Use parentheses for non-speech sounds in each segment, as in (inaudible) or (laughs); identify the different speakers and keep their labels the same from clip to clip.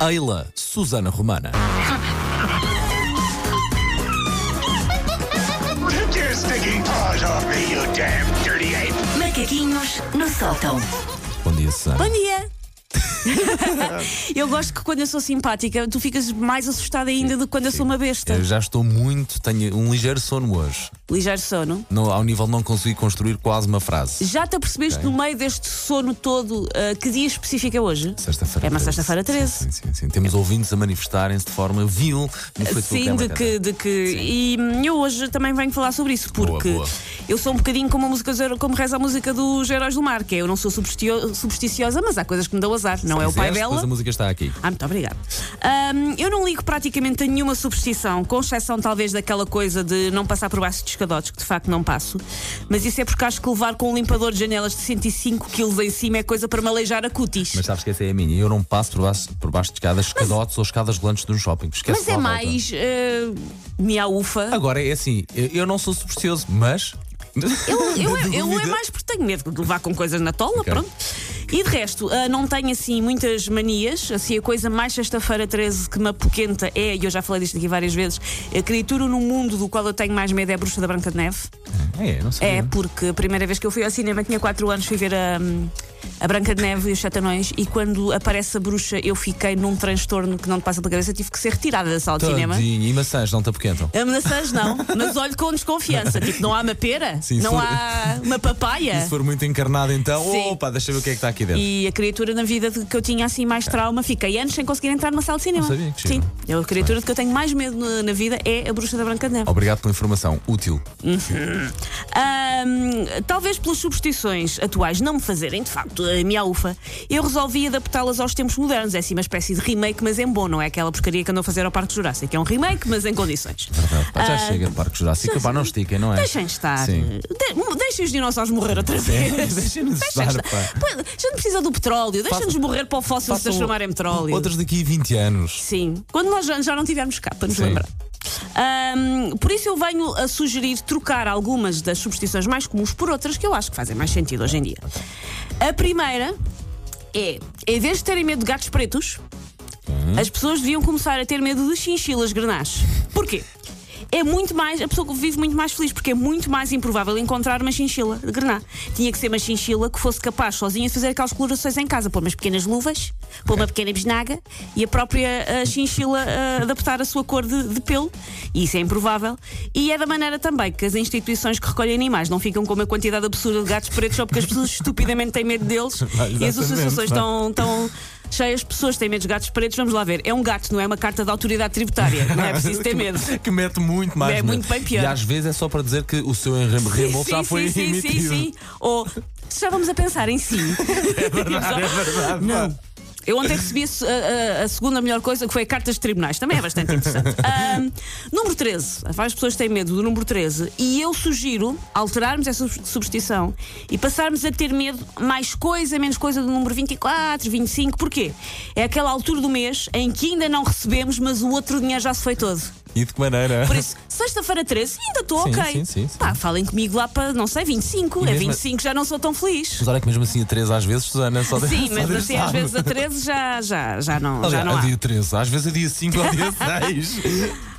Speaker 1: Eila Susana Romana.
Speaker 2: Take your stinking paws off me, you damn dirty ape!
Speaker 3: Macaquinhos no sótão.
Speaker 1: Bom dia, Susana.
Speaker 4: Bom dia! (laughs) eu gosto que quando eu sou simpática, tu ficas mais assustada ainda do que quando eu sou uma besta.
Speaker 1: Eu já estou muito, tenho um ligeiro sono hoje.
Speaker 4: Ligeiro sono.
Speaker 1: No, ao nível de não consegui construir quase uma frase.
Speaker 4: Já te apercebeste no meio deste sono todo ah, que dia específico é hoje?
Speaker 1: Sexta-feira
Speaker 4: É uma
Speaker 1: 13.
Speaker 4: sexta-feira 13.
Speaker 1: Sim, sim, sim, sim. Temos ouvintes a manifestarem-se de forma vil no Facebook.
Speaker 4: Sim,
Speaker 1: é
Speaker 4: de
Speaker 1: uma
Speaker 4: que, de que. E hum, eu hoje também venho falar sobre isso,
Speaker 1: Boa,
Speaker 4: porque
Speaker 1: boa.
Speaker 4: eu sou um bocadinho como a música como reza a música dos Heróis do Mar, que é eu não sou superstio- supersticiosa, mas há coisas que me dão azar. Não é o pai
Speaker 1: Fizeste,
Speaker 4: dela.
Speaker 1: Mas a música está aqui.
Speaker 4: Ah, muito obrigada. Ahm, eu não ligo praticamente a nenhuma superstição, com exceção talvez daquela coisa de não passar por baixo dos escadotes, que de facto não passo. Mas isso é porque acho que levar com um limpador de janelas de 105 kg em cima é coisa para malejar a cutis.
Speaker 1: Mas sabes que essa é a minha. Eu não passo por baixo, por baixo de escadas, escadotes ou escadas rolantes de um shopping. Esquece
Speaker 4: Mas
Speaker 1: lá
Speaker 4: é
Speaker 1: a volta.
Speaker 4: mais ah, miaufa.
Speaker 1: Agora é assim, eu eu não sou supersticioso, mas. (laughs)
Speaker 4: Eu, eu, é-
Speaker 1: De
Speaker 4: eu é
Speaker 1: dúvida.
Speaker 4: mais porque tenho medo de levar com coisas na tola,
Speaker 1: Ok.
Speaker 4: pronto. E de resto, ah, não tenho assim muitas manias. Assim, a coisa mais sexta-feira 13 que me apoquenta é, e eu já falei disto aqui várias vezes, a criatura no mundo do qual eu tenho mais medo é a bruxa da Branca de Neve.
Speaker 1: É, não sei.
Speaker 4: É, porque a primeira vez que eu fui ao cinema tinha 4 anos, fui ver a, hum, a Branca de Neve e os Chatanões, e quando aparece a bruxa eu fiquei num transtorno que não te passa pela cabeça, tive que ser retirada da sala de cinema.
Speaker 1: E maçãs não te apoquentam.
Speaker 4: Ameaças não, mas olho com desconfiança. Tipo, não há uma pera,
Speaker 1: Sim, se
Speaker 4: não
Speaker 1: for-
Speaker 4: há uma
Speaker 1: E
Speaker 4: papaya.
Speaker 1: se for muito encarnado, então,
Speaker 4: É. Sim.
Speaker 1: opa, deixa eu ver o que é que está aqui dentro.
Speaker 4: E a criatura na vida de que eu tinha assim mais trauma, fiquei anos sem conseguir entrar numa sala de cinema.
Speaker 1: Não sabia que
Speaker 4: Sim,
Speaker 1: giro.
Speaker 4: eu, a criatura de que eu tenho mais medo na, na vida é a bruxa da Branca de Neve.
Speaker 1: Obrigado pela informação útil.
Speaker 4: Ahm, talvez pelas superstições atuais não me fazerem, de facto, a minha ufa, eu resolvi adaptá-las aos tempos modernos. É assim uma espécie de remake, mas em bom, não é aquela porcaria que andam a fazer ao Parque Jurássico. É um remake, mas em condições.
Speaker 1: Pá, já
Speaker 4: Ah,
Speaker 1: chega de Parque Jurássico. Pá, não estiquem, não é?
Speaker 4: Deixem estar.
Speaker 1: Sim.
Speaker 4: De- deixem os dinossauros morrer outra vez.
Speaker 1: (laughs) Deixem-nos estar, pá.
Speaker 4: Pô, Já não precisa do petróleo. Deixem-nos morrer para o fóssil se
Speaker 1: Façam
Speaker 4: transformar em petróleo.
Speaker 1: Outros daqui a 20 anos.
Speaker 4: Sim. Quando nós já não tivermos cá, para nos
Speaker 1: Sim.
Speaker 4: lembrar. Ahm, por isso eu venho a sugerir trocar algumas das superstições mais comuns por outras que eu acho que fazem mais sentido hoje em dia. A primeira é, em vez de terem medo de gatos pretos, as pessoas deviam começar a ter medo de chinchilas grenache. Porquê? É muito mais, a pessoa vive muito mais feliz porque é muito mais improvável encontrar uma chinchila de grená. Tinha que ser uma chinchila que fosse capaz sozinha de fazer aquelas colorações em casa, pôr umas pequenas luvas, pôr uma pequena bisnaga e a própria ah, chinchila ah, adaptar a sua cor de, de pelo. E isso é improvável. E é da maneira também que as instituições que recolhem animais não ficam com uma quantidade absurda de gatos pretos só porque as pessoas (laughs) estupidamente têm medo deles e as
Speaker 1: Exatamente,
Speaker 4: associações
Speaker 1: pá.
Speaker 4: estão estão, estão cheias de Então, pessoas que têm medo dos gatos pretos. Vamos lá ver. É um gato, não é uma carta da autoridade tributária. Não é
Speaker 1: (laughs)
Speaker 4: preciso ter medo.
Speaker 1: Que mete muito mais.
Speaker 4: É
Speaker 1: medo.
Speaker 4: muito bem pior.
Speaker 1: E às vezes é só para dizer que o seu enremo remo já foi
Speaker 4: sim, sim, sim,
Speaker 1: emitido.
Speaker 4: sim. Ou se já vamos a pensar em si.
Speaker 1: (laughs) É verdade.
Speaker 4: Não. Eu ontem recebi a, se- a- a- a segunda melhor coisa, que foi cartas de tribunais. Também é bastante interessante.
Speaker 1: (laughs)
Speaker 4: Ahm, número 13. Várias pessoas têm medo do número 13. E eu sugiro alterarmos essa sub- superstição e passarmos a ter medo mais coisa, menos coisa do número 24, 25. Porquê? É aquela altura do mês em que ainda não recebemos, mas o outro dinheiro já se foi todo.
Speaker 1: E de que maneira? (laughs)
Speaker 4: Por isso, sexta-feira 13, ainda estou
Speaker 1: Sim,
Speaker 4: ok.
Speaker 1: sim, sim, sim.
Speaker 4: Pá, falem comigo lá para, não sei, 25.
Speaker 1: E
Speaker 4: é
Speaker 1: mesmo a-
Speaker 4: 25, já não sou tão feliz.
Speaker 1: Mas olha que mesmo assim a 13 às vezes, Susana, só de-
Speaker 4: Sim,
Speaker 1: só
Speaker 4: mas
Speaker 1: Deus
Speaker 4: assim às
Speaker 1: sabe.
Speaker 4: vezes a 13 já, já, já não, já
Speaker 1: Olha,
Speaker 4: não
Speaker 1: a
Speaker 4: há.
Speaker 1: dia 13, às vezes a dia 5 ou a
Speaker 4: (laughs)
Speaker 1: dia 6.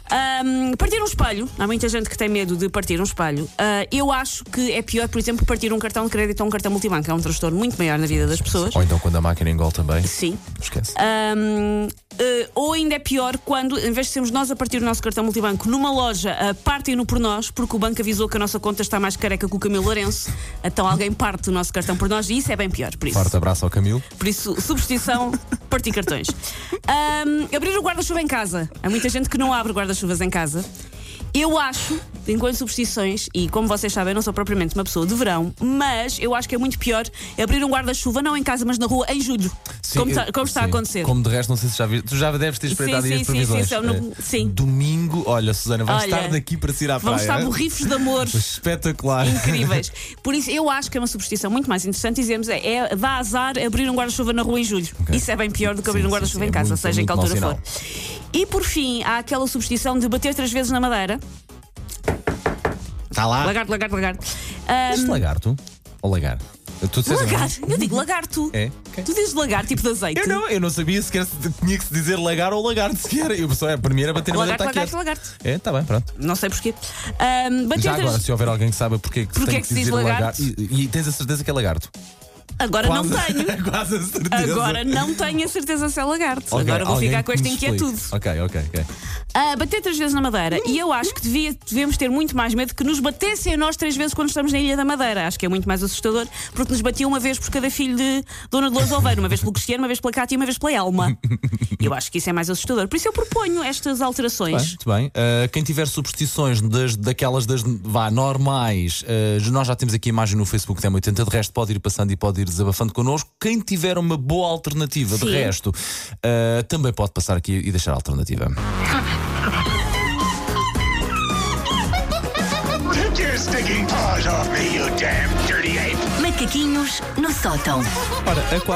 Speaker 4: Ahm, partir um espelho, há muita gente que tem medo de partir um espelho. Ah, eu acho que é pior, por exemplo, partir um cartão de crédito ou um cartão multibanco. É um transtorno muito maior na vida das pessoas. Ah,
Speaker 1: Ou então quando a máquina engole também.
Speaker 4: Sim.
Speaker 1: Esquece.
Speaker 4: Ahm, eh, ou ainda é pior quando, em vez de sermos nós a partir o nosso cartão multibanco numa loja, ah, partem-no por nós, porque o banco avisou que a nossa conta está mais careca que o Camilo Lourenço, então alguém parte o nosso cartão por nós e isso é bem pior. Por isso,
Speaker 1: Forte abraço ao Camilo.
Speaker 4: Por isso, substituição, partir cartões. Ahm, abrir o guarda-chuva em casa. Há muita gente que não abre guarda-chuvas em casa. Eu acho, enquanto substituições, e como vocês sabem, eu não sou propriamente uma pessoa de verão, mas eu acho que é muito pior abrir um guarda-chuva, não em casa, mas na rua, em julho. como, tá-
Speaker 1: eu-
Speaker 4: como está a
Speaker 1: sim.
Speaker 4: acontecer.
Speaker 1: Como de resto, não sei se já vi. Tu já deves ter espreitado
Speaker 4: Sim,
Speaker 1: aí
Speaker 4: sim,
Speaker 1: as
Speaker 4: sim,
Speaker 1: previsões.
Speaker 4: sim, só no-
Speaker 1: Eh,
Speaker 4: sim.
Speaker 1: Domingo, olha, Susana, vamos
Speaker 4: Olha,
Speaker 1: estar daqui para se ir à
Speaker 4: Vamos
Speaker 1: praia.
Speaker 4: estar borrifos de amores.
Speaker 1: (laughs) Espetacular.
Speaker 4: Incríveis. (laughs) Por isso, eu acho que é uma superstição muito mais interessante dizermos é, é dá azar abrir um guarda-chuva na rua em julho. Isso é bem pior do que abrir
Speaker 1: Sim,
Speaker 4: um
Speaker 1: sim,
Speaker 4: guarda-chuva
Speaker 1: sim,
Speaker 4: em
Speaker 1: é
Speaker 4: casa,
Speaker 1: muito-
Speaker 4: seja em que
Speaker 1: muito
Speaker 4: altura
Speaker 1: mau
Speaker 4: for. E por fim, há aquela superstição de bater três vezes na madeira.
Speaker 1: Está Tá lá.
Speaker 4: Lagarto, lagarto, lagarto. Ahm,
Speaker 1: Este lagarto? Ou lagar? Tu disseste-
Speaker 4: lagarto. Eu digo lagarto.
Speaker 1: É? ok.
Speaker 4: Tu dizes lagarto, tipo de azeite.
Speaker 1: Eu não, eu não sabia sequer se tinha que se dizer lagar (laughs) ou lagarto sequer. Eu só é, para mim era bater na
Speaker 4: Lagarto,
Speaker 1: letra aqui.
Speaker 4: lagarto, lagarto.
Speaker 1: É, tá bem, pronto.
Speaker 4: Não sei porquê. Ahm, bater
Speaker 1: Já
Speaker 4: três-
Speaker 1: agora, se houver alguém que saiba porque é que, se
Speaker 4: Porque
Speaker 1: tem
Speaker 4: é que se diz
Speaker 1: dizer
Speaker 4: lagarto?
Speaker 1: E, e tens a certeza que é lagarto?
Speaker 4: Agora não
Speaker 1: (laughs)
Speaker 4: tenho.
Speaker 1: Quase a certeza.
Speaker 4: Agora não tenho a certeza se é lagarto.
Speaker 1: Ok,
Speaker 4: Agora vou
Speaker 1: alguém
Speaker 4: ficar com
Speaker 1: que
Speaker 4: esta
Speaker 1: me explique.
Speaker 4: inquietude.
Speaker 1: Ok, ok, ok.
Speaker 4: Ah, bater três vezes na Madeira. E eu acho que devia- devemos ter muito mais medo que nos batessem a nós três vezes quando estamos na Ilha da Madeira. Acho que é muito mais assustador, porque nos batia uma vez por cada filho de Dona Dolores Oliveira. Uma vez pelo Cristiano, uma vez pela Cátia e uma vez pela Elma. Eu acho que isso é mais assustador. Por isso eu proponho estas
Speaker 1: Bem,
Speaker 4: alterações.
Speaker 1: muito bem. Ah, quem tiver superstições das, daquelas das vá, normais, ah, nós já temos aqui a imagem no Facebook da 80 de resto pode ir passando e pode ir desabafando connosco. Quem tiver uma boa alternativa
Speaker 4: Sim.
Speaker 1: de resto, ah, também pode passar aqui e deixar a alternativa.
Speaker 2: Take your stinking paws off me, you damn dirty ape!
Speaker 3: Macaquinhos no sótão.
Speaker 1: Ora, a 4